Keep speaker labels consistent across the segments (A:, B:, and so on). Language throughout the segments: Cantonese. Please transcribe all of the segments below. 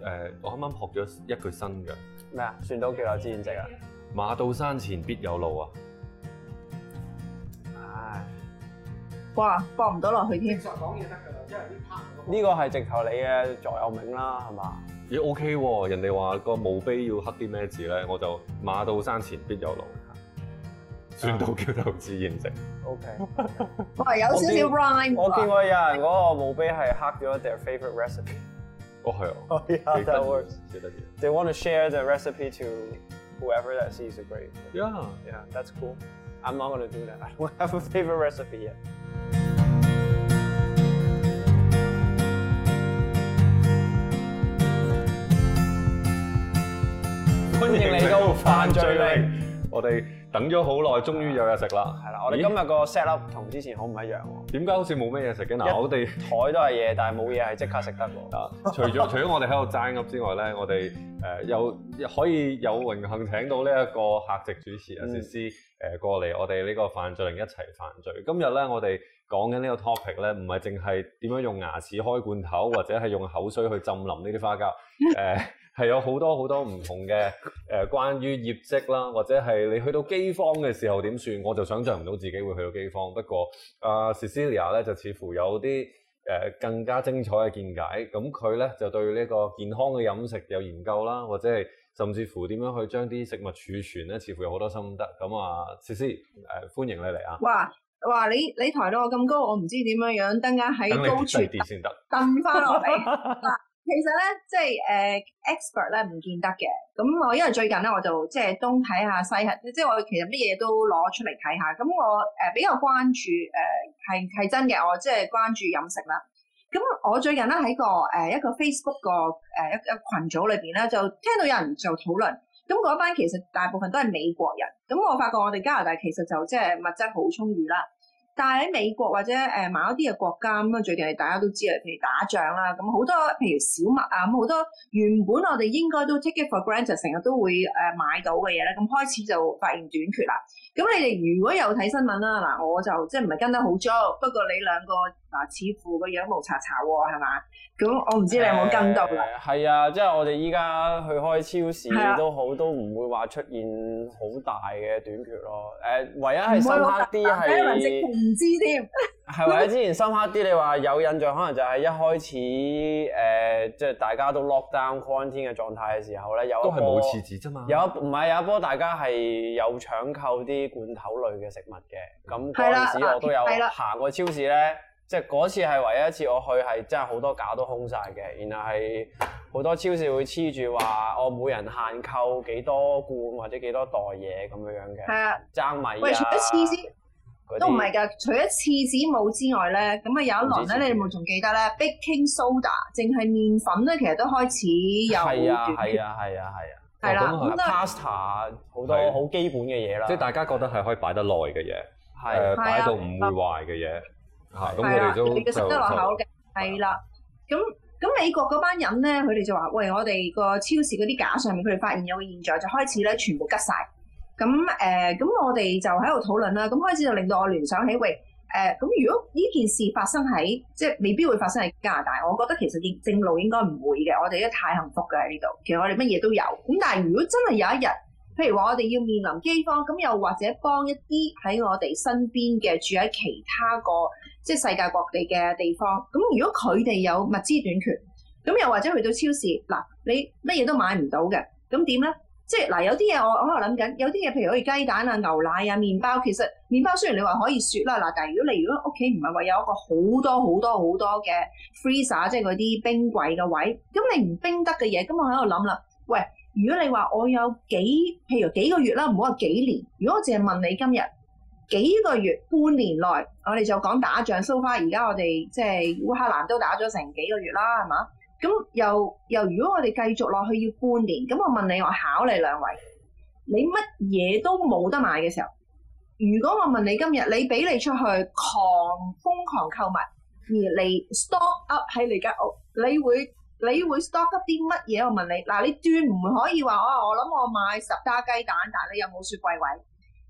A: 誒，我啱啱學咗一句新嘅，
B: 咩啊？船到橋頭自然直啊！
A: 馬到山前必有路啊！
B: 唉，
C: 哇，放唔到落去添。
B: 呢個係直頭你嘅座右銘啦，係嘛？
A: 咦 OK 喎，人哋話個墓碑要刻啲咩字咧，我就馬到山前必有路，船到橋頭自然直。
B: OK，
C: 哇，有少
B: 我
C: 少
B: 見
C: rhyme
B: 我見
C: 喎。
B: 過有人嗰個墓碑係刻咗 their favorite recipe。
A: 哦係啊，
B: Oh yeah,
A: 幾得
B: that
A: 意
B: works.
A: 幾得意。
B: They want to share the recipe to whoever that sees the grave.
A: Yeah，
B: Yeah, that's cool. I'm not gonna do that. I don't have a favorite recipe yet. 歡迎 嚟到飯聚令。
A: 我哋等咗好耐，終於有嘢食啦。
B: 係啦，我哋
A: 咦
B: 今日個 set up 同之前好唔一樣喎，
A: 點解好似冇咩嘢食嘅？
B: 一
A: 嗱，我哋
B: 台都係嘢，但係冇嘢係即刻食得喎。
A: 啊，除咗除咗我哋喺度齋噏之外咧，我哋誒有可以有榮幸請到呢一個客席主持阿
B: 嗯
A: 詩詩誒過嚟我哋呢個犯罪令一齊犯罪。今日咧我哋講緊呢個 topic 咧，唔係淨係點樣用牙齒開罐頭，或者係用口水去浸淋呢啲花膠誒。係有好多好多唔同嘅誒、關於業績啦，或者係你去到饑荒嘅時候點算，我就想像唔到自己會去到饑荒。不過阿 Cecilia 咧就似乎有啲誒、呃更加精彩嘅見解，咁佢咧就對呢個健康嘅飲食有研究啦，或者係甚至乎點樣去將啲食物儲存咧，似乎有好多心得。咁啊，Cici
C: 嗯
A: 誒歡迎你嚟啊！
C: 哇哇，你你抬到我咁高，我唔知點樣樣，等間喺
A: 等你
C: 高處
A: 低啲先得。
C: 掟 翻落嚟。嗱，其實咧，即係呃誒、expert 咧唔見得嘅。咁我因為最近咧，我就即係東睇下西睇，即係我其實乜嘢都攞出嚟睇下。咁我誒、呃比較關注誒係係真嘅，我即係關注飲食啦。咁我最近咧喺個誒、呃一個 Facebook 個誒、一一個群組裏邊咧，就聽到有人做討論。咁嗰班其實大部分都係美國人。咁我發覺我哋加拿大其實就即係物質好充裕啦。但係喺美國或者誒某一啲嘅國家咁啊，最近係大家都知啦，譬如打仗啦，咁好多譬如小麥啊，咁好多原本我哋應該都 take it for granted，成日都會誒呃買到嘅嘢咧，咁開始就發現短缺啦。咁你哋如果有睇新聞啦，嗱，我就即係唔係跟得好足，不過你兩個嗱，似乎個樣毛查查喎，係嘛？咁我唔知你有冇跟到啦。
B: 誒？係啊，即係我哋依家去開超
C: 係
B: 市
C: 啊
B: 都好，都唔會話出現好大嘅短缺咯。誒，唯一係
C: 唔
B: 深
C: 會
B: 刻啲
C: 好特別啊睇嚟直
B: 係
C: 情唔知添。
B: 係或者之前深刻啲，你話有印象，可能就係一開始誒、即係大家都 lock down quarantine 嘅狀態嘅時候咧，有一
A: 都係冇
B: 波
A: 廁紙啫嘛。
B: 有一唔係有一波大家係有搶購啲罐頭類嘅食物嘅，咁
C: 係
B: 嗰
C: 啦
B: 陣時我都有
C: 係啦
B: 行過超市咧，即係嗰次係唯一一次我去係真係好多架都空晒嘅，然後係好多超市會黐住話我每人限購幾多罐或者幾多袋嘢咁樣樣
C: 係
B: 嘅，
C: 啊，
B: 爭米啊，
C: 喂，除咗廁紙。
B: 嗰啲
C: 都唔係㗎，除咗廁紙冇之外咧，咁啊有一輪咧，你哋有冇仲記得咧？Baking soda，淨係麵粉咧，其實都開始有
B: 係啊
C: 短缺
B: 係啊係啊係啊。
C: 係啦，
A: 哦咁啊
C: 咁都係
B: pasta 好
A: 係
B: 多好基本嘅嘢啦，
A: 即係大家覺得係可以擺得耐嘅嘢，
B: 係
A: 誒擺到唔會壞嘅嘢嚇，咁
C: 啊
A: 佢哋，
C: 係啦
A: 都
C: 你哋嘅食
A: 就
C: 得落口
A: 就
C: 嘅，係啦。咁咁美國嗰班人咧，佢哋就話：喂，我哋個超市嗰啲架上面，佢哋發現有個現象，就開始咧全部吉晒。咁誒，呃咁、我哋就喺度討論啦。咁開始就令到我聯想起，喂，誒、咁如果呢件事發生喺即係未必會發生喺加拿大，我覺得其實應正路應該唔會嘅。我哋都太幸福嘅喺呢度，其實我哋乜嘢都有。咁但係如果真係有一日，譬如話我哋要面臨饑荒，咁又或者幫一啲喺我哋身邊嘅住喺其他個即係世界各地嘅地方，咁如果佢哋有物資短缺，咁又或者去到超市，嗱你乜嘢都買唔到嘅，咁點咧？即係嗱，有啲嘢我我喺度諗緊，有啲嘢譬如好似雞蛋啊、牛奶啊、麵包，其實麵包雖然你話可以雪啦，嗱，但係如果你如果屋企唔係話有一個好多好多好多嘅 freezer，即係嗰啲冰櫃嘅位，咁你唔冰得嘅嘢，咁我喺度諗啦，喂，如果你話我有幾譬如幾個月啦，唔好話幾年，如果我淨係問你今日。幾個月、半年內，我哋就講打仗。so far，而家我哋即係烏克蘭都打咗成幾個月啦，係嘛？咁又又如果我哋繼續落去要半年，咁我問你，我考你兩位，你乜嘢都冇得買嘅時候，如果我問你今日你俾你出去狂瘋狂購物，而你 stock up 喺你間屋，你會你會 stock up 啲乜嘢？我問你，嗱，你斷唔可以話哦，我諗我買十打雞蛋，但係你有冇雪櫃位？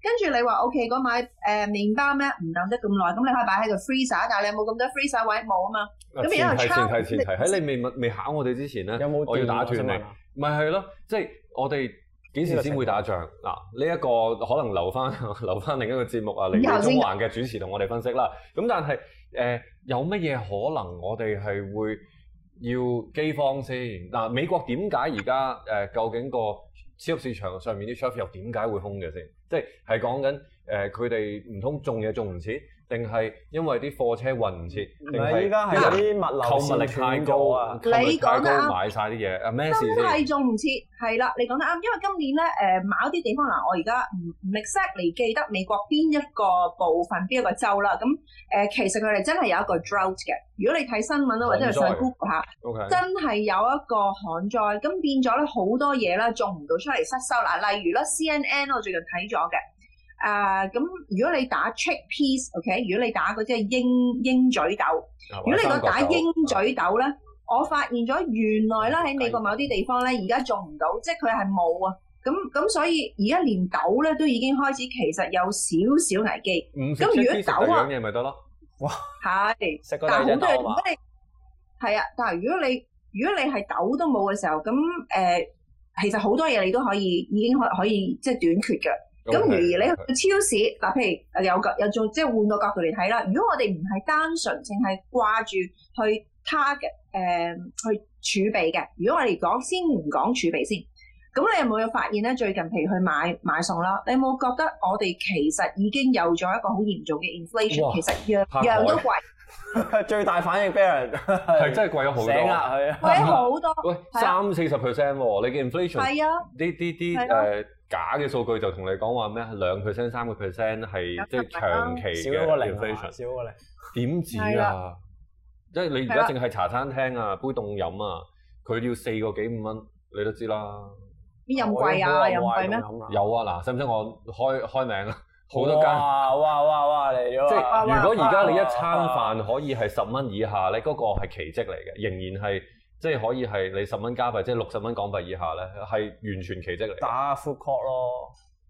C: 跟住你話 OK，嗰買誒呃麵包咩唔等得咁耐，咁你可以擺喺個 freezer，但係你有冇咁多 freezer 位冇啊嘛？
A: 啊
C: 咁
A: 前
C: 而家
A: 提前
C: 個
A: 提前提喺你未未考我哋之前咧，
B: 有冇
A: 我要
B: 電啊
A: 打斷
B: 想問
A: 你
B: 下
A: 咪係咯，即係我哋幾時先會打仗嗱？呢一個可能留翻 留翻另一個節目啊，嚟
C: 以後
A: 中
C: 先
A: 環嘅主持同我哋分析啦。咁但係誒、呃有乜嘢可能我哋係會要饑荒先嗱？美國點解而家誒究竟個超級市場上面啲 chef 又點解會空嘅先？即係係講緊誒佢哋唔通種嘢種唔切，定係因為啲貨車運唔切，定
B: 唔係
A: 係
B: 依家係
A: 啲人
B: 啲物流
A: 購物力太高啊！
B: 線斷咗
A: 購物力
C: 你
A: 太
C: 講得
A: 高
C: 啱
A: 買晒啲嘢啊咩事
C: 真
A: 先？
C: 係仲唔切，係啦，你講得啱，因為今年咧，誒、某一啲地方嗱，我而家唔唔 exactly 記得美國邊一個部分邊一個州啦，咁誒、其實佢哋真係有一個 drought 嘅。如果你睇新聞啊啦，或者係上
A: 旱災
C: Google 下，
A: O K，
C: 真係有一個旱災，咁變咗咧好多嘢啦，種唔到出嚟失收嗱，例如啦 CNN 我最近睇咗嘅。誒咁、如果你打 chickpeas，OK，、如果你打嗰啲係鷹鷹嘴豆，如果你講打鷹
B: 啊
C: 嘴豆咧，我發現咗原來咧喺美國某啲地方咧，而家種唔到，即係佢係冇啊。咁咁所以而家連豆咧都已經開始其實有少少危機，
A: 唔食
C: 咁如果
A: cheese
C: 走啊
A: 第樣嘢咪得咯，
C: 係。
B: 食個
C: 但係
B: 第
C: 好
B: 隻啊
A: 啊
B: 豆嘛
C: 多嘢，如果，你係啊，但係如果你如果你係豆都冇嘅時候，咁誒、呃其實好多嘢你都可以已經可可以即係短缺嘅。咁而你去超市嗱，譬如呃有個有做即係換個角度嚟睇啦。如果我哋唔係單純淨係掛住去 target 誒、去儲備嘅，如果我哋講先唔講儲備先，咁你有冇有發現咧？最近譬如去買買餸啦，你有冇覺得我哋其實已經有咗一個好嚴重嘅 inflation，
A: 哇
C: 其實樣
A: 嚇
C: 樣都
A: 我
C: 貴，
B: 最大反應 Baron
A: 係真係貴咗好
B: 醒啊啦
A: 多。
B: 佢。
C: 貴咗好多，
A: 喂，三四十 percent 喎，你嘅 inflation 呢
C: 啊係啊。
A: 啲啲
C: 係咯
A: 誒假嘅數據就同你講話咩兩 percent 三個 percent 係即係長期
B: 少
A: 嘅
B: 咗個零啊，
A: inflation，
B: 少咗個零。
A: 點止
C: 係
A: 啊？即係你而家
C: 係啦
A: 淨係茶餐廳啊，杯凍飲啊，佢要四個幾五蚊，你都知啦。
C: 邊咁貴啊？又唔貴咩？
B: 有
A: 有啊，嗱，使唔使我開開名啊？好多間。
B: 哇哇哇哇嚟咗啊！
A: 即
C: 哇
A: 係
C: 哇
A: 如果而家你一餐飯可以係十蚊以下咧，嗰、個係奇蹟嚟嘅，仍然係即係可以係你十蚊加幣，即係六十蚊港幣以下咧，係完全奇蹟嚟嘅。
B: 打 food court 咯，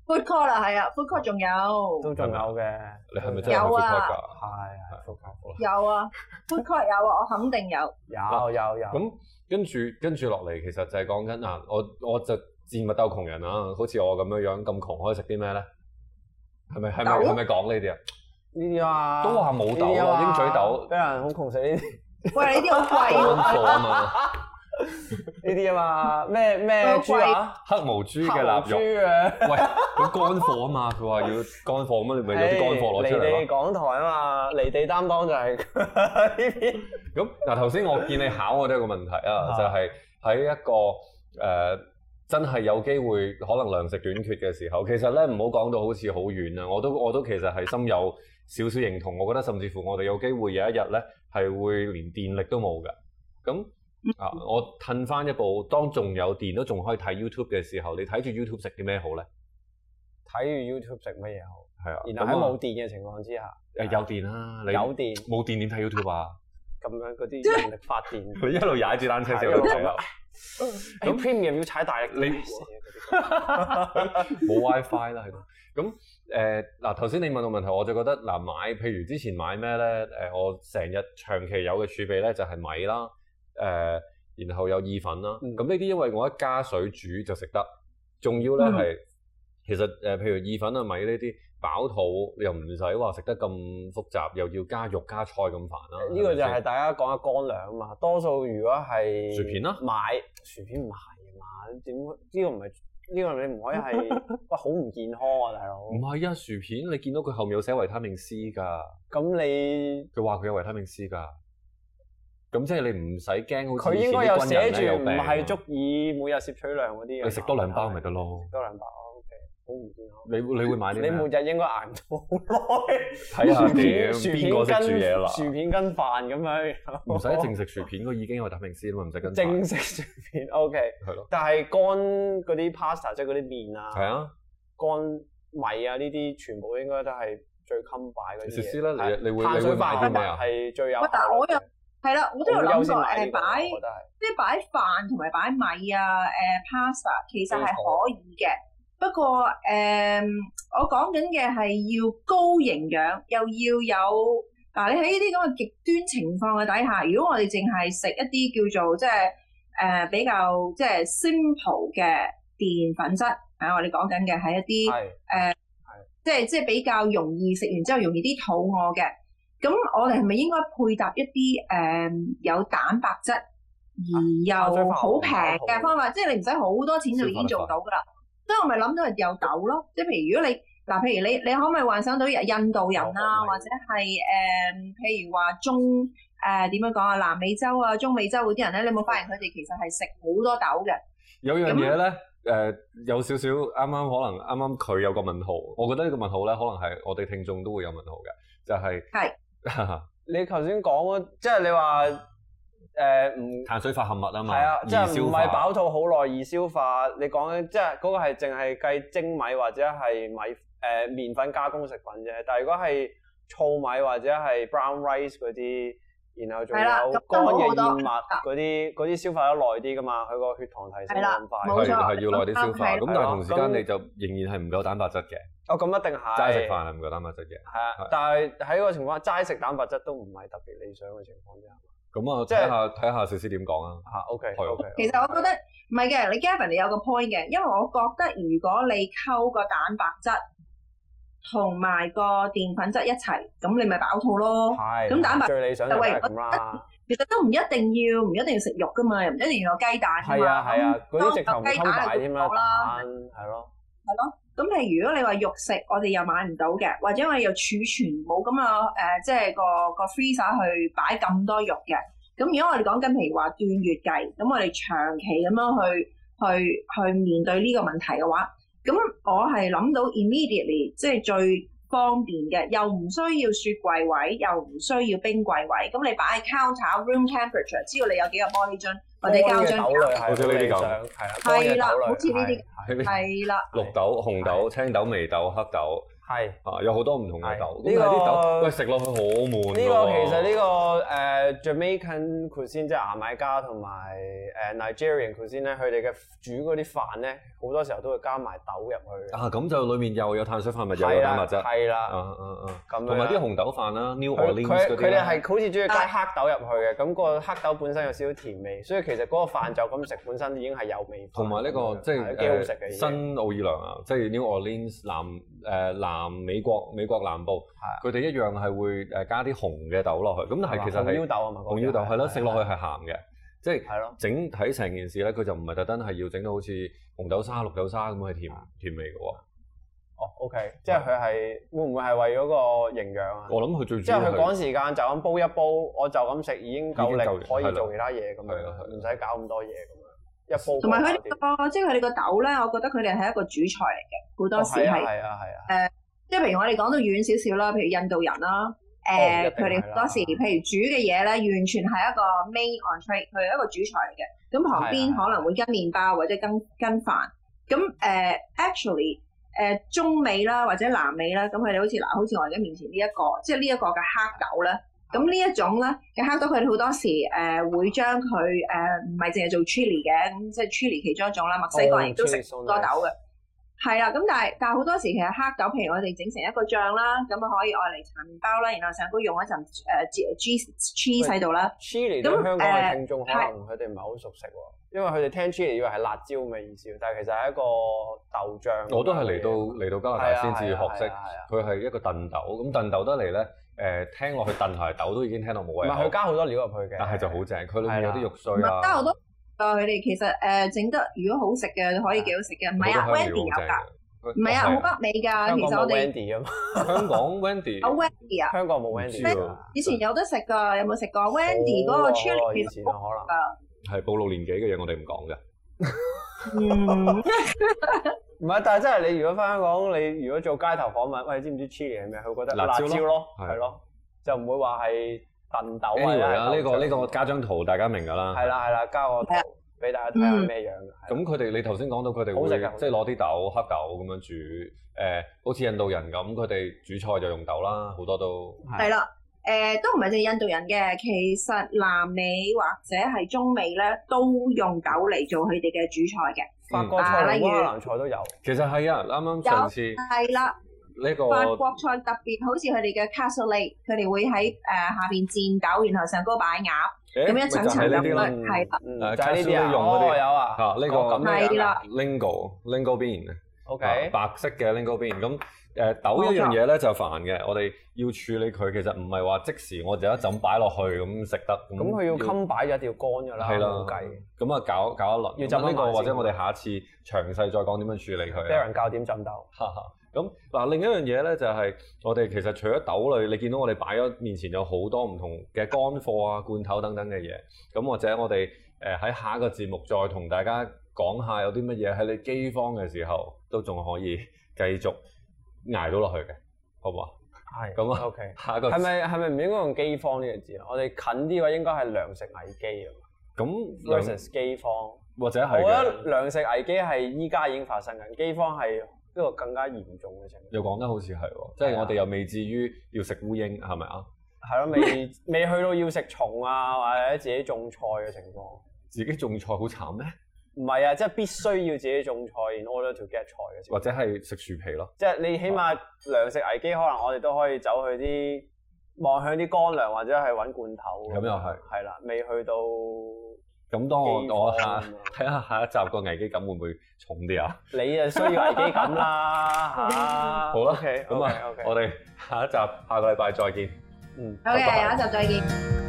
C: food court 啦，係啊，food court 仲有
B: 都仲有嘅。
A: 你係咪真係
C: 有
A: 去 food
C: 啊
A: court 㗎？
B: 係係 food court？
C: 有啊，food court 有啊，我肯定有。
B: 有有有。
A: 咁跟住跟住落嚟，其實就係講緊啊，我我就自物鬥窮人啊，好似我咁樣樣咁窮，可以食啲咩咧？係咪係咪
C: 豆哎
A: 係咪講呢啲啊？
B: 呢啲啊，
A: 都話冇豆
B: 呢啲
A: 啊
B: 嘛
A: 鷹嘴豆
B: ，Baron 好窮食呢啲
C: 喂，你啲好貴
A: 乾
C: 喎，
A: 貨啊 嘛，
B: 呢啲啊嘛，咩咩
C: 都
B: 豬啊，
A: 黑毛豬嘅臘肉，
B: 豬啊。
A: 喂，佢乾貨啊嘛，佢話要乾貨咁，你咪有啲乾貨攞出嚟咯
B: 離地。港台啊嘛，離地擔當就係 呢邊。
A: 咁嗱，頭先我見你考我都有個問題啊，
B: 啊
A: 就係喺一個誒、呃真係有機會可能糧食短缺嘅時候，其實咧唔好講到好似好遠啊，我都我都其實係心有少少認同，我覺得甚至乎我哋有機會有一日咧係會連電力都冇㗎。咁啊，我褪翻一步，當仲有電都仲可以睇 YouTube 嘅時候，你睇住 YouTube 食啲咩好咧？
B: 睇住 YouTube 食乜嘢好，
A: 係啊，
B: 然後喺
A: 咁啊
B: 冇電嘅情況之下，
A: 誒有電啦，你
B: 有電
A: 冇電點睇 YouTube 啊？
B: 咁樣嗰啲人力發電。
A: 你一路踩住單車走落嚟啊！
B: 咁 premium 要踩大力，
A: 你冇 WiFi 啦，係咯。咁誒嗱，頭先你問我問題，我就覺得嗱、買，譬如之前買咩咧？誒、我成日長期有嘅儲備咧就係米啦，誒、然後有意粉啦。
B: 嗯
A: 咁呢啲因為我一加水煮就食得，仲要咧
C: 嗯
A: 係其實誒、譬如意粉啊、米呢啲飽肚又唔使話食得咁複雜，又要加肉加菜咁煩啦。
B: 呢個就
A: 咪
B: 係
A: 先
B: 大家講嘅乾糧啊嘛。多數如果係
A: 薯片啦啊
B: 買薯片唔係嘛？點呢個唔係呢個你唔可以係 哇好唔健康啊，大佬
A: 唔。係啊，薯片你見到佢後面有寫維他命 C 㗎。
B: 咁你
A: 佢話佢有維他命 C 㗎，咁即係你唔使驚，好
B: 佢
A: 似以
B: 應
A: 前
B: 該有
A: 啲軍
B: 寫
A: 人咧有
B: 住唔
A: 病
B: 係
A: 啊
B: 足以每日攝取量嗰啲嘅。
A: 你食多兩包咪得咯
B: 食多兩包，OK，好唔健康。
A: 你你會買啲
B: 你每
A: 咩？啊
B: 日應該捱唔到好耐。
A: 睇下
B: 薯片
A: 點
B: 薯
A: 邊
B: 片
A: 個識
B: 跟
A: 煮嘢啦，
B: 薯片跟飯咁樣，哦
A: 唔使淨食薯片，佢已經有維他命 C 啦嘛，唔使跟飯
B: 正式薯片。O K，
A: 係咯，
B: 但係乾嗰啲 pasta 即係嗰啲面
A: 係
B: 啊、
A: 啊，
B: 乾米啊呢啲，全部應該都係最襟擺嗰啲嘢。
A: 食絲啦，
B: 係
A: 你你會
B: 碳
A: 你
B: 水
A: 會
B: 化
A: 買
B: 合
A: 啲
B: 物
A: 咩啊？
B: 係最有效率嘅。
C: 喂但係我又係啦，我都有
B: 好優
C: 諗
B: 先
C: 過
B: 買呢
C: 誒
B: 個
C: 擺
B: 我覺得係
C: 呃即係擺飯同埋擺米啊、誒 pasta 其實係可以嘅。不過誒、我講緊嘅係要高營養，又要有嗱、你喺呢啲咁嘅極端情況嘅底下，如果我哋淨係食一啲叫做即係誒比較即係 simple 嘅澱粉質，啊，我哋講緊嘅係一啲。
B: 係
C: 即係即係比較容易食完之後容易啲肚餓嘅。咁我哋係咪應該配搭一啲誒、嗯有蛋白質而
B: 啊
C: 又好平嘅方法？即係你唔使好多錢就已經做到噶啦。所以我咪諗到係有豆咯，即係譬如如果你嗱，譬如你你可唔可以幻想到印度
B: 有
C: 人啊，
B: 豆米
C: 或者係誒、嗯譬如話中誒點、樣講啊，南美洲啊、中美洲嗰啲人咧，你有冇發現佢哋其實係食好多豆嘅？
A: 有樣嘢
B: 啊
A: 咧，誒、有少少啱啱可能啱啱佢有個問號，我覺得呢個問號咧，可能係我哋聽眾都會有問號嘅，就係、
B: 你頭先講嗰，即係你話誒 唔
A: 碳水化合物啊嘛，
B: 係啊，即係
A: 易消
B: 唔
A: 化
B: 係飽肚好耐易消化。你講緊即係嗰個係淨係計精米或者係米誒麵、粉加工食品啫。但係如果係糙米或者係 brown rice 嗰啲，然後仲
C: 係啦
B: 有
C: 咁
B: 乾
C: 都好
B: 嘅
C: 好多啊
B: 燕麥嗰啲嗰啲消化得耐啲噶嘛，佢個血糖提升
C: 係
B: 得
C: 啦
B: 咁快。
C: 冇
A: 係
C: 錯
A: 係要耐啲消化，
C: 係
A: 咁但係同時間
B: 咁
A: 你就仍然係唔夠蛋白質嘅，
B: 哦，咁一定係
A: 齋食飯係唔夠蛋白質嘅，
B: 係啊
A: 係，
B: 但係喺個情況齋食蛋白質都唔係特別理想嘅情況之下。
A: 咁啊
B: 即係
A: 睇下睇下小詩點講啊，
B: 嚇，OK
A: 係
B: OK。
C: 其實我覺得唔係嘅，你 Gavin 你有個 point 嘅，因為我覺得如果你溝個蛋白質同埋個澱粉質一齊，咁你咪飽肚咯。
B: 係
C: 咁蛋白
B: 最理想就係咁啦。
C: 其實都唔一定要，唔一定要食肉噶嘛，又唔一定要有雞蛋㗎
B: 係啊
C: 嘛。
B: 係啊，嗰啲直頭
C: 當
B: 唔
C: 有雞
B: 襟
C: 蛋
B: 擺添啦，
C: 好啦
B: 蛋係咯，
C: 咁譬如如果你話肉食，我哋又買唔到嘅，或者我哋又儲存冇咁啊誒，即係個個 freezer 去擺咁多肉嘅。咁如果我哋講緊譬如話斷月計，咁我哋長期咁樣去去去面對呢個問題嘅話，咁我係諗到 immediately 即係最方便嘅，又唔需要雪櫃位，又唔需要冰櫃位，咁你擺喺 counter room temperature，知道你有幾個玻璃樽或者膠
B: 乾嘅
C: 樽
B: 豆類
A: 好
B: 係
A: 似呢啲咁
B: 咁，係啊，乾嘅
C: 係啦
B: 豆類
C: 好似呢啲
B: 係
A: 呢啲
C: 係啦。
A: 綠豆、紅豆、青豆、眉豆、黑豆
B: 係。
A: 啊，有好多唔同嘅豆，咁但係啲
B: 係呢個
A: 豆喂食落去好悶㗎
B: 呢個
A: 喎
B: 其實呢、個誒 Jamaican cuisine 即係牙買加同埋誒 Nigerian cuisine 咧，佢哋嘅煮嗰啲飯咧，好多時候都會加埋豆入去嘅。
A: 啊咁就裡面又有碳水化合物又有
B: 係
A: 蛋白
B: 啦，
A: 質，啊
B: 係
A: 啊
B: 啦，
A: 啊，
B: 咁樣啦
A: 同埋啲紅豆飯啦，New
B: 佢
A: Orleans 嗰
B: 佢
A: 啲
B: 佢哋
A: 啦
B: 係好似中意加黑豆入去嘅，咁、個黑豆本身有少少甜味，所以其實嗰個飯就咁食本身已經係有味飯。
A: 同埋呢個即係
B: 嗯係幾好食嘅
A: 誒
B: 已經。
A: 新奧爾良啊，即係 New Orleans 南誒、南美國美國南部，
B: 係
A: 佢哋一樣係會誒加啲紅嘅豆落去，咁但係其實
B: 紅腰
A: 係
B: 豆啊啊嘛，
A: 紅腰豆係咯，食落去係鹹嘅，即係
B: 係咯。
A: 整體成件事咧，佢就唔係特登係要整到好似紅豆沙、綠豆沙咁係
B: 啊
A: 甜甜味嘅喎。
B: 哦，OK，即係佢係會唔會係為咗個營養啊？
A: 我諗佢最主
B: 即
A: 要
B: 係佢趕
A: 係
B: 時間就咁煲一煲，我就咁食已
A: 已經
B: 經夠
A: 夠
B: 力，
A: 力
B: 可
A: 係
B: 以
A: 啦
B: 做其他嘢咁
A: 係啦係
B: 樣，
A: 啦
B: 唔使搞咁多嘢咁樣，一煲
C: 同埋佢
B: 過
C: 哋個即係佢哋個豆咧，我覺得佢哋係一個主菜嚟嘅，好
B: 搞掂
C: 多時
B: 哦
C: 係。
B: 係啊係啊
C: 即係譬如我哋講到遠少少啦，譬如印度人啦，
B: 哦一
C: 誒
B: 定係
C: 佢哋好多時譬如煮嘅嘢咧，完全係一個 main entree，佢係一個主菜嚟嘅。咁旁
B: 係
C: 邊
B: 係
C: 可能會跟麵包或者跟跟飯。咁誒、actually 誒、呃中美啦或者南美啦，咁佢哋好似嗱，好似我而家面前呢、一個，即係呢一個嘅黑豆咧。咁呢一種咧嘅黑豆，佢哋好多時誒、會將佢誒唔係淨係做 chili 嘅，咁即係 chili 其中一種啦。墨西
B: 哦
C: 哥人亦都食好多豆嘅。係啦，咁但係但係好多時其實黑豆，譬如我哋整成一個醬啦，咁啊可以愛嚟搽麵包啦，然後上高用一陣誒 cheese cheese 喺度啦，
B: ，chili
C: 咁
B: 對香港嘅
C: 誒
B: 聽眾可能佢哋唔係好熟悉喎，因為佢哋聽 chili 以為係辣椒味意思，但係其實係一個豆醬咁樣嘅嘢。
A: 我都係嚟到嚟到加拿
B: 係
A: 大
B: 啊
A: 先至
B: 係啊
A: 學
B: 係
A: 識
B: 啊係啊，
A: 佢係一個燉豆，咁燉豆得嚟咧誒聽落去燉同埋豆都已經聽到冇
B: 唔
A: 胃
B: 係
A: 口
B: 佢。加好多料入去嘅，
A: 但係就好正，佢裏面有啲肉
C: 唔
A: 碎
C: 係
A: 啊，
C: 得好多。誒佢哋其實誒整得如果好食嘅可以幾好食嘅，唔係啊
A: 好多香料
C: ，Wendy 有
A: 好正
C: 㗎，
A: 嘅
C: 唔係啊，
A: 係
C: 好北美㗎，
B: 香
C: 其
B: 港
C: 實我
B: 冇
C: 哋
B: Wendy 啊嘛，
A: 香港
C: 有
A: Wendy
C: Wendy 啊，
B: 香港冇
A: 唔
B: Wendy
A: 知啊
B: 㗎
A: 喎
C: 以前有得食㗎，有冇食
A: 哦
C: 過 Wendy 嗰個
B: 好耐
C: chili
B: 哦以
C: 其
B: 前
C: 實
B: 可
C: 好
B: 能。
C: 㗎，
A: 係暴露年紀嘅嘢，我哋唔講嘅。
C: 嗯，
B: 唔係，但係真係你如果翻香港，你如果做街頭訪問，喂，你知唔知 chili 係咩？佢覺得
A: 辣
B: 辣
A: 椒咯
B: 椒咯，
A: 係
B: 係咯，就唔會話係燉豆啊。
A: anyway 啦，呢個呢個
B: 個
A: 加張圖，大家明㗎啦。
B: 係啦係啦，加個
C: 係啊
B: 圖俾大家睇下咩樣啊
C: 啊
B: 嘅。係啦
A: 咁佢哋你頭先講到佢哋
B: 好
A: 會
B: 食㗎好食
A: 即係攞啲豆黑豆咁樣煮，誒、好似印度人咁，佢哋煮菜就用豆啦，好多都
C: 係啦。誒、都唔係淨係印度人嘅，其實南美或者係中美咧都用狗嚟做佢哋嘅主菜嘅。
B: 法國
C: 啊
B: 菜、
C: 例
B: 同
C: 如
B: 烏克蘭菜都有。
A: 其實係啊，啱啱上次
C: 係啦，
A: 呢個
C: 法國菜特別好似佢哋嘅 c a s s o l e 佢哋會喺誒、下邊煎狗，然後上高擺鴨，
A: 誒
C: 咁
A: 咪
C: 一
A: 就
C: 層層
A: 係呢
C: 咁
A: 啲
C: 樣
A: 啦，
C: 係啦，
B: 嗯，
A: 誒
B: 就係呢啲
A: Cashew
B: 啊，
A: 用嗰啲
B: 哦有啊，
A: 嚇呢個
B: 哦咁樣
C: 係
B: 㗎
C: 啦
A: lingo lingo bean
B: ，O
A: 啊
B: K，
A: 白色嘅 lingo bean 咁。誒豆一樣嘢咧就煩嘅，我哋要處理佢，其實唔係話即時我就一陣擺落去咁食得。
B: 咁佢要襟擺就一定要乾㗎啦，
A: 係啦
B: 冇計。
A: 咁啊搞搞一輪。
B: 要
A: 咁
B: 浸
A: 呢
B: 一
A: 個
B: 晚
A: 或
B: 先
A: 者我哋下一次詳細再講點樣處理佢啊。
B: Darren 教點浸豆，
A: 哈哈， 咁嗱，另一樣嘢咧就係、我哋其實除咗豆類，你見到我哋擺咗面前有好多唔同嘅乾貨啊、罐頭等等嘅嘢。咁或者我哋誒喺下一個節目再同大家講下有啲乜嘢喺你饑荒嘅時候都仲可以繼續捱到落去嘅，好唔好啊？
B: 係
A: 咁啊
B: O K。
A: 下一 個
B: 係咪係咪唔應該用饑荒呢個字啊？我哋近啲嘅話應該係糧食危機啊
A: 咁兩
B: ，versus 饑荒。
A: 或者
B: 我
A: 係
B: 覺
A: 嘅
B: 得糧食危機係依家已經發生緊，饑荒係一個更加嚴重嘅情況。
A: 又講得好似係喎，即係
B: 啊
A: 我哋又未至於要食烏蠅係咪啊？
B: 係咯，未未去到要食蟲啊，或者自己種菜嘅情況。
A: 自己種菜好慘咩？
B: 唔係啊，即係必須要自己種菜，in order to get 菜嘅情況。
A: 或者係食樹皮咯？
B: 即係你起碼糧食危機，可能我哋都可以走去啲望向啲乾糧，或者係揾罐頭。
A: 咁又係。
B: 係啦，未去到。
A: 咁當我
B: 饑荒
A: 我下
B: 啊
A: 睇下下一集個危機感會唔會重啲啊？
B: 你啊需要危機感 啦 嚇。
A: 好啦，
B: OK，
A: 咁啊
B: OK，OK
A: 我哋下一集下個禮拜再見。
B: 嗯。
C: 好嘅，下一集再見。